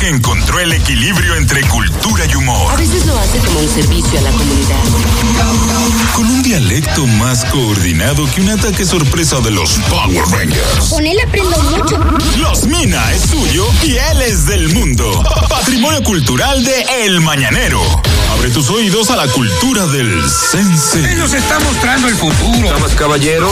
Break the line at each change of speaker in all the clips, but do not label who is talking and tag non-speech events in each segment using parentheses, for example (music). que encontró el equilibrio entre cultura y humor.
A veces lo Pues hace como un servicio a la comunidad.
Ah, Con un dialecto más coordinado que un ataque sorpresa de los Power Rangers.
Con él aprendo mucho.
Los Mina es suyo y él es del mundo. Patrimonio cultural de El Mañanero. Abre tus oídos a la cultura del sense.
Él nos está mostrando el futuro.
Damas caballero.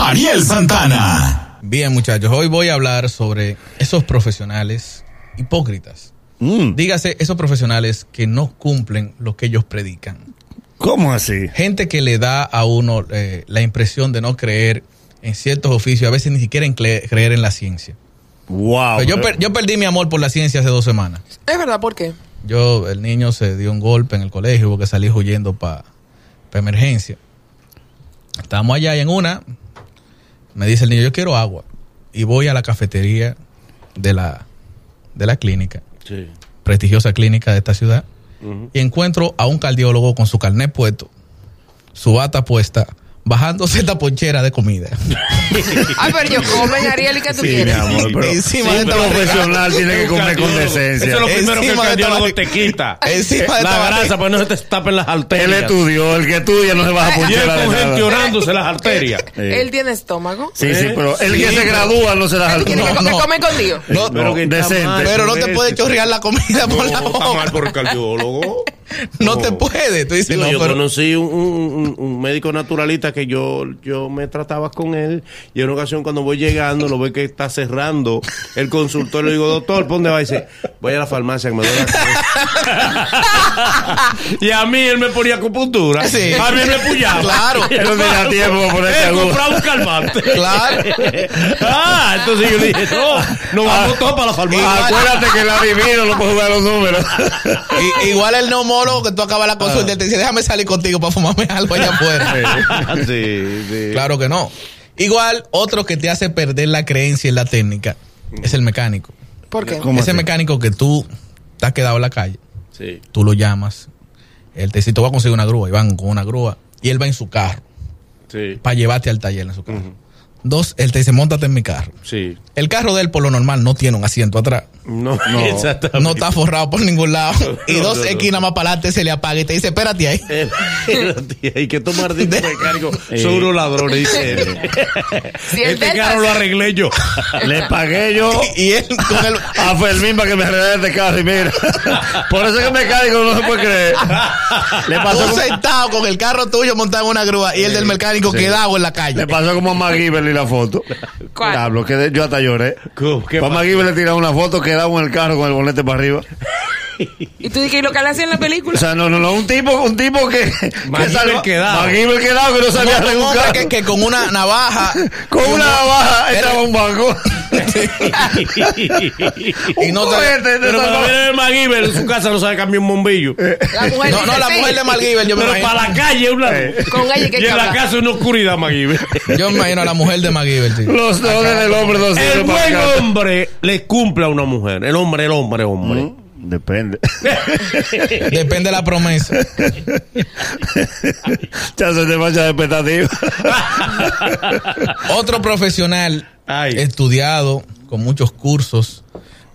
Ariel Santana.
Bien, muchachos, hoy voy a hablar sobre esos profesionales hipócritas. Mm. Dígase, esos profesionales que no cumplen lo que ellos predican.
¿Cómo así?
Gente que le da a uno eh, la impresión de no creer en ciertos oficios, a veces ni siquiera en creer en la ciencia. Pero
Wow.
Pues yo, per yo perdí mi amor por la ciencia hace dos semanas.
Es verdad, ¿por qué?
Yo, el niño se dio un golpe en el colegio, hubo que salir huyendo para pa emergencia. Estábamos allá y en una, me dice el niño, yo quiero agua. Y voy a la cafetería de la, de la clínica, sí. prestigiosa clínica de esta ciudad, uh -huh. y encuentro a un cardiólogo con su carnet puesto, su bata puesta, bajándose la ponchera de (laughs) comida.
Ay, pero yo comen, Ariel, ¿y qué tú sí, quieres? Mi amor,
pero encima sí, de esta profesional tiene que comer con decencia.
Eso es lo primero encima que el cardiólogo te
(laughs)
quita.
Eh.
Eh,
Encima de
la grasa, pues no se te tapen las arterias.
Él estudió, el que estudia no se va a ponchar
la gente orándose las arterias.
(laughs)
Sí.
Él tiene estómago.
Sí,
¿Eh?
sí, pero el que se gradúa no se las
arterias. Tiene que comer contigo.
No, pero decente.
Pero no te puede chorrear la comida por la boca.
mal por el cardiólogo.
No te puede. Tú dices,
no, yo conocí un médico naturalista que yo, yo me trataba con él y en una ocasión cuando voy llegando lo veo que está cerrando el consultorio. Le digo, doctor, ¿por dónde va? Y dice, voy a la farmacia que me duele la
cabeza. (laughs) y a mí él me ponía acupuntura. Sí.
(laughs)
(laughs)
A mí me (laughs) puyaba.
Claro.
Yo no tenía tiempo para ponerse
Él compraba Eh, un calmante.
Claro.
ah, entonces yo le dije, no, nos vamos todos para la farmacia.
Ah, Acuérdate que la divino no puedo jugar
(laughs)
los números.
Y, igual el neumólogo que tú acabas la consulta y te dice, déjame salir contigo para fumarme algo allá afuera.
Sí. Sí, sí.
Claro que no. Igual, otro que te hace perder la creencia en la técnica es el mecánico.
¿Por qué?
Ese así? mecánico que tú te has quedado en la calle,
sí.
tú lo llamas, él te dice, tú vas a conseguir una grúa, y van con una grúa, y él va en su carro
sí.
para llevarte al taller en su carro. Uh -huh. Dos, él te dice, montate en mi carro.
Sí.
El carro de él, por lo normal, no tiene un asiento atrás.
No, (laughs)
(laughs) no, no está forrado por ningún lado. (laughs) No, y dos no, esquinas más para adelante se le apaga y te dice, espérate ahí.
(laughs) Espérate ahí, que tomar de cargo. Son unos ladrones, dice él. (laughs)
Si este carro hace... lo arreglé yo.
le pagué yo.
Y, y él con el...
A Fermín para que me arregle este carro. Y mira, (laughs) por eso que me caigo, no se puede creer.
(laughs) Le (laughs) pasó Tú con... sentado con el carro tuyo montado en una grúa y el del mecánico sí. quedado en la calle.
Le pasó como a McGibber la foto.
¿Cuál?
Hablo, que de, yo hasta lloré. Pues Mamá Gibbs le tiraba una foto, quedaba en el carro con el bonete para arriba.
¿Y tú dices lo que le hacía en la película?
O sea, no, no, no, un tipo, un tipo que.
Magíbel quedado.
Magíbel quedado, que no sabía no, no,
no, que, que, con una (laughs) navaja.
con una navaja estaba un banco.
y no cohete, pero cuando Magíbel en su casa no sabe cambiar un bombillo.
Eh,
La mujer no, no, la sí. mujer de Magíbel, yo
Pero
me
para la calle, una.
Eh.
Con ella que
Y en la casa una oscuridad,
(laughs)
Magíbel.
yo me imagino a la mujer de Magíbel, (laughs) tío.
Los dones del hombre, los
El buen hombre le cumple a una mujer. El hombre, el hombre, hombre. Mm.
Depende. (laughs)
Depende de la promesa.
ya se te vaya de expectativa.
Otro profesional Ay. estudiado con muchos cursos,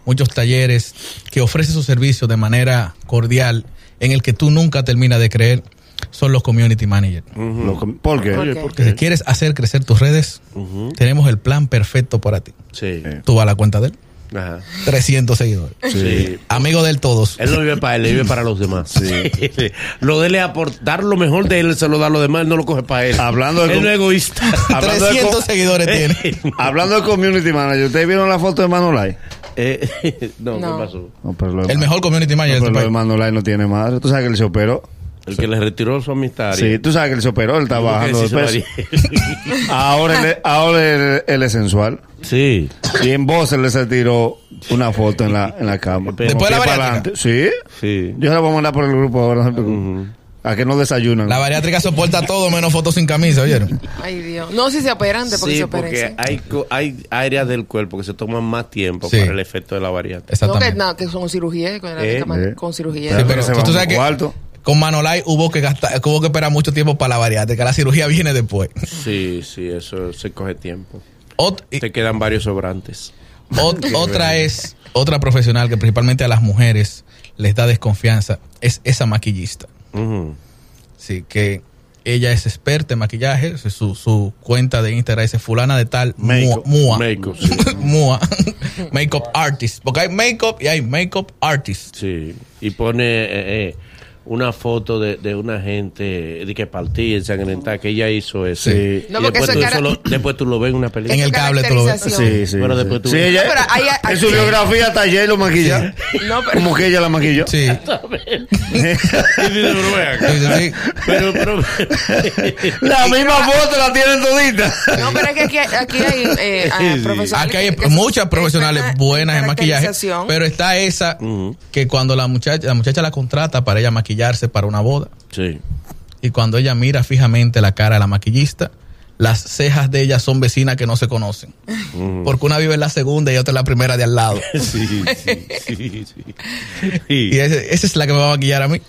muchos talleres, que ofrece su servicio de manera cordial, en el que tú nunca terminas de creer, son los community managers.
Uh -huh. ¿Por qué?
Porque ¿Por qué? si quieres hacer crecer tus redes, uh -huh. tenemos el plan perfecto para ti.
Sí.
Tú vas a la cuenta de él.
Ajá.
300 seguidores.
Sí.
Amigo del todos.
Él no vive para él, él vive para los demás.
Sí.
Sí. Lo de él es aportar lo mejor de él, se lo da a los demás, él no lo coge para él.
Hablando
de él no es (laughs) egoísta.
300 seguidores tiene.
Hablando de community manager, ¿ustedes vieron la foto de Manolay?
(laughs) Eh, no, no, ¿qué pasó?
No, pero
el mejor man. community manager.
No, pero este Manolay no tiene madre. Tú sabes que él se operó.
El que le retiró su amistad.
Sí, tú sabes que él se operó, él está bajando de peso. ahora él, ahora él, él es sensual.
Sí.
Y en voz él se tiró una foto en la, en la cama.
Después de la bariátrica.
Sí.
Sí.
Yo la voy a mandar por el grupo ahora. Uh -huh. A que no desayunan.
La bariátrica soporta todo menos fotos sin camisa, ¿oyeron?
Ay, Dios. No, si se operan, de
sí,
se operan.
Porque
sí.
hay, hay áreas del cuerpo que se toman más tiempo sí. para el efecto de la bariátrica.
Exactamente.
No, que, no, que son cirugías. Con, eh, eh. con cirugía.
Sí, pero, pero tú sabes que con Manolay hubo que gastar, hubo que esperar mucho tiempo para la bariátrica. La cirugía (laughs) viene después.
Sí, sí, eso se coge tiempo. Ot Te quedan varios sobrantes.
Ot otra es otra profesional que principalmente a las mujeres les da desconfianza es esa maquillista.
Ujú.
Sí, que ella es experta en maquillaje. Su, su cuenta de Instagram dice fulana de tal
Makeup,
Mua. (laughs)
makeup, sí.
Mua. makeup artist. Porque hay makeup y hay makeup artist.
Sí, y pone eh, eh, una foto de, de una gente de que partía ensangrentada, que ella hizo eso.
Sí.
Y
No, porque
después,
eso es
tú
cara-
lo- después tú lo ves en
(laughs)
una película.
En el cable tú lo ves.
Sí, sí.
Pero
sí.
después tú-
Sí, ella-
No, pero hay- hay-
en su biografía hasta ayer lo maquilla.
No, pero-
Como que ella la maquilló.
Sí.
Y dice, pero ven acá.
Sí, sí, sí.
Pero, pero-
(laughs) La misma foto la tienen todita.
No, pero es que aquí, aquí hay eh, a
Sí, sí.
profesionales.
Aquí hay
que- que
muchas
se-
profesionales
expertas
buenas en maquillaje,
caracterización.
pero está esa
Ujú.
que cuando la muchacha, la muchacha la contrata para ella maquillarse para una boda
sí.
y cuando ella mira fijamente la cara de la maquillista, las cejas de ella son vecinas que no se conocen, porque una vive en la segunda y otra en la primera de al lado.
(laughs) Sí, sí, sí, sí.
Y ese- esa es la que me va a maquillar a mí.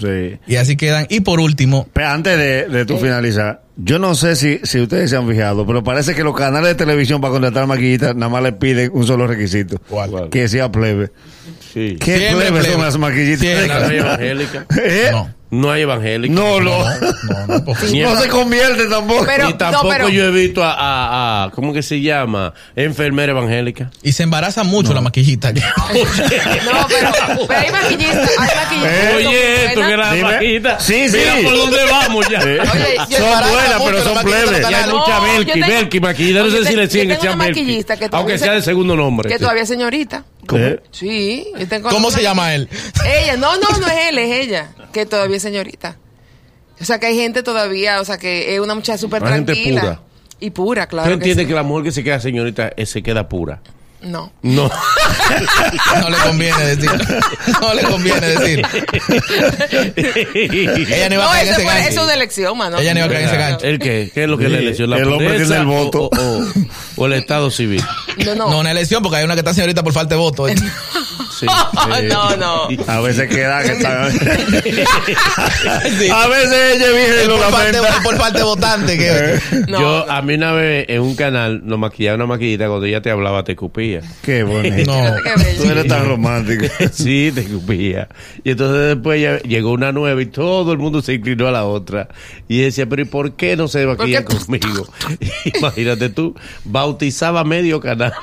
Sí.
Y así quedan. Y por último,
Pero antes de, de
Eh.
tú finalizar, yo no sé si, si ustedes se han fijado, pero parece que los canales de televisión para contratar maquillistas nada más les piden un solo requisito.
¿Cuál?
Que sea plebe.
sí.
¿Qué
Siempre
plebes son
plebe.
las maquillistas?
Siempre.
No hay evangélica.
¿Eh?
no,
No hay evangélica.
No, lo-
no, no, no, porque-
no se convierte tampoco.
Pero-
y tampoco
no, pero-
yo he visto a, a, a- ¿cómo que se llama? Enfermera evangélica.
y se embaraza mucho la maquillista. (laughs)
No, pero, pero hay maquillistas. Hay maquillistas. que son muy
Oye, esto que
buenas.
era
Dime.
bajita.
Sí, sí.
Mira por dónde vamos ya.
Eh,
Oye, yo
son
embarazada
buenas,
mucho
pero
la
son
maquillista
plebes.
para
Ya hay
No,
mucha
yo
Belki,
tengo-
Belki, maquillista. No
Yo
sé si
te-
le
yo
siguen que
tengo
sean
una
Belki.
maquillista que
Aunque
todavía
sea
se-
de segundo nombre.
Que todavía es señorita.
¿Eh?
Sí, yo tengo
¿Cómo
una-
se llama él?
Ella, no, no, no es él, es ella, que todavía es señorita. O sea, que hay gente todavía, o sea, que es una muchacha súper
Hay gente
tranquila.
pura.
Y pura,
¿Tú
claro. que
entiendes
sí.
que la mujer que se queda señorita eh, se queda pura?
No. (laughs)
No.
(laughs) No le conviene decir. (laughs) No le conviene decir. Ella no iba a caer en
No, eso
ese
fue,
gancho.
eso es una elección, mano.
Ella no iba a caer en ese gancho.
¿El qué? ¿Qué es lo que
Sí,
le lesionó? ¿La
el hombre
pobreza
tiene el voto.
O, o- o el
(laughs)
Estado civil.
No,
No,
no.
una elección porque hay una que está señorita por falta de
(laughs)
voto.
Sí.
No, no.
A veces queda que está-
Sí.
A veces ella viene y
Es
lo
por, parte,
lamenta.
por parte votante. Que,
No.
Yo, a mí una vez en un canal nos maquillaba una maquillita cuando ella te hablaba,
(laughs)
te escupía.
(laughs) Qué bonito.
no.
Qué
Tú
bello.
eres tan romántico.
Sí, te escupía. Y entonces después ya llegó una nueva y todo el mundo se inclinó a la otra. Y decía, pero ¿y por qué no se maquilla
¿Por qué tú- (laughs)
conmigo? (laughs) Imagínate tú, bautizaba medio canal.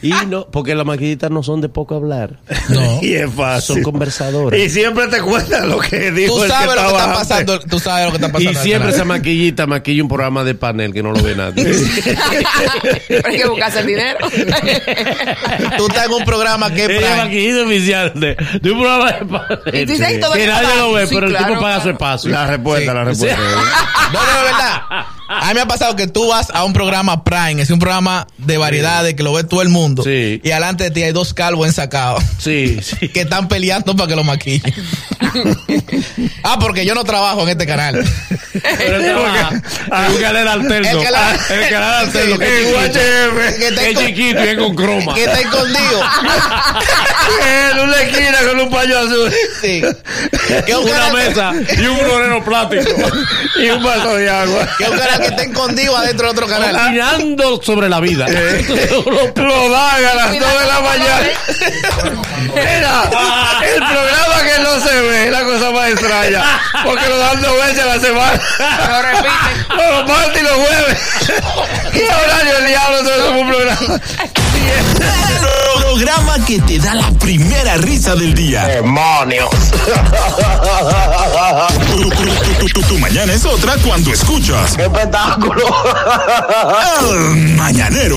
Y no, porque las maquillitas no son de poco hablar.
No.
Y es fácil.
Son conversadoras.
Y siempre te cuentan lo que dijo
Tú
el
sabes lo que
estaba
está
antes.
pasando. Tú sabes lo que está pasando.
Y
en el
siempre esa
canal.
maquillita maquilla un programa de panel que no lo
(laughs)
ve nadie.
Pero hay que buscarse
(laughs)
el dinero.
Tú estás en un programa que es
(laughs) Ella es
Prime.
maquillita oficial de, de un programa de panel.
Y tú dices, "Ay, todo
que
el
nadie
mundo
lo ve,
paga".
pero
Sí,
el tipo
claro,
paga su
claro.
espacio.
La respuesta,
Sí.
la respuesta.
No, no, de verdad. A mí me ha pasado que tú vas a un programa Prime, es un programa de variedades que lo ve todo el mundo.
Sí.
Y adelante de ti hay dos calvos ensacados
Sí,
(laughs)
sí.
que están peleando para que lo
(laughs)
maquillen. ah, porque yo no trabajo en este canal.
Pero este va a un canal alterno.
El canal-
Ah, (laughs) El canal alterno. que
El
es chiquito.
Eh,
UHF. Que está
Que es
esco-
chiquito y es con croma.
que está
(laughs)
escondido.
En una esquina con un paño azul
Sí. Que es un
Una
canal-
mesa y un florero plástico.
y un vaso de agua.
Que es un canal que está escondido adentro de otro canal.
Opinando sobre la vida.
Lo dan a las 2 de la mañana. Era el programa que no se ve, la cosa más extraña. Porque lo dan dos veces a la semana.
Lo repiten.
Los martes y los (laughs) jueves. ¿Qué horario el diablo? Todo eso fue un programa.
Programa que te da la primera risa del día. ¡Demonios! Tu, tu- tu- tu- tu mañana es otra cuando escuchas. ¡Qué espectáculo! El mañanero.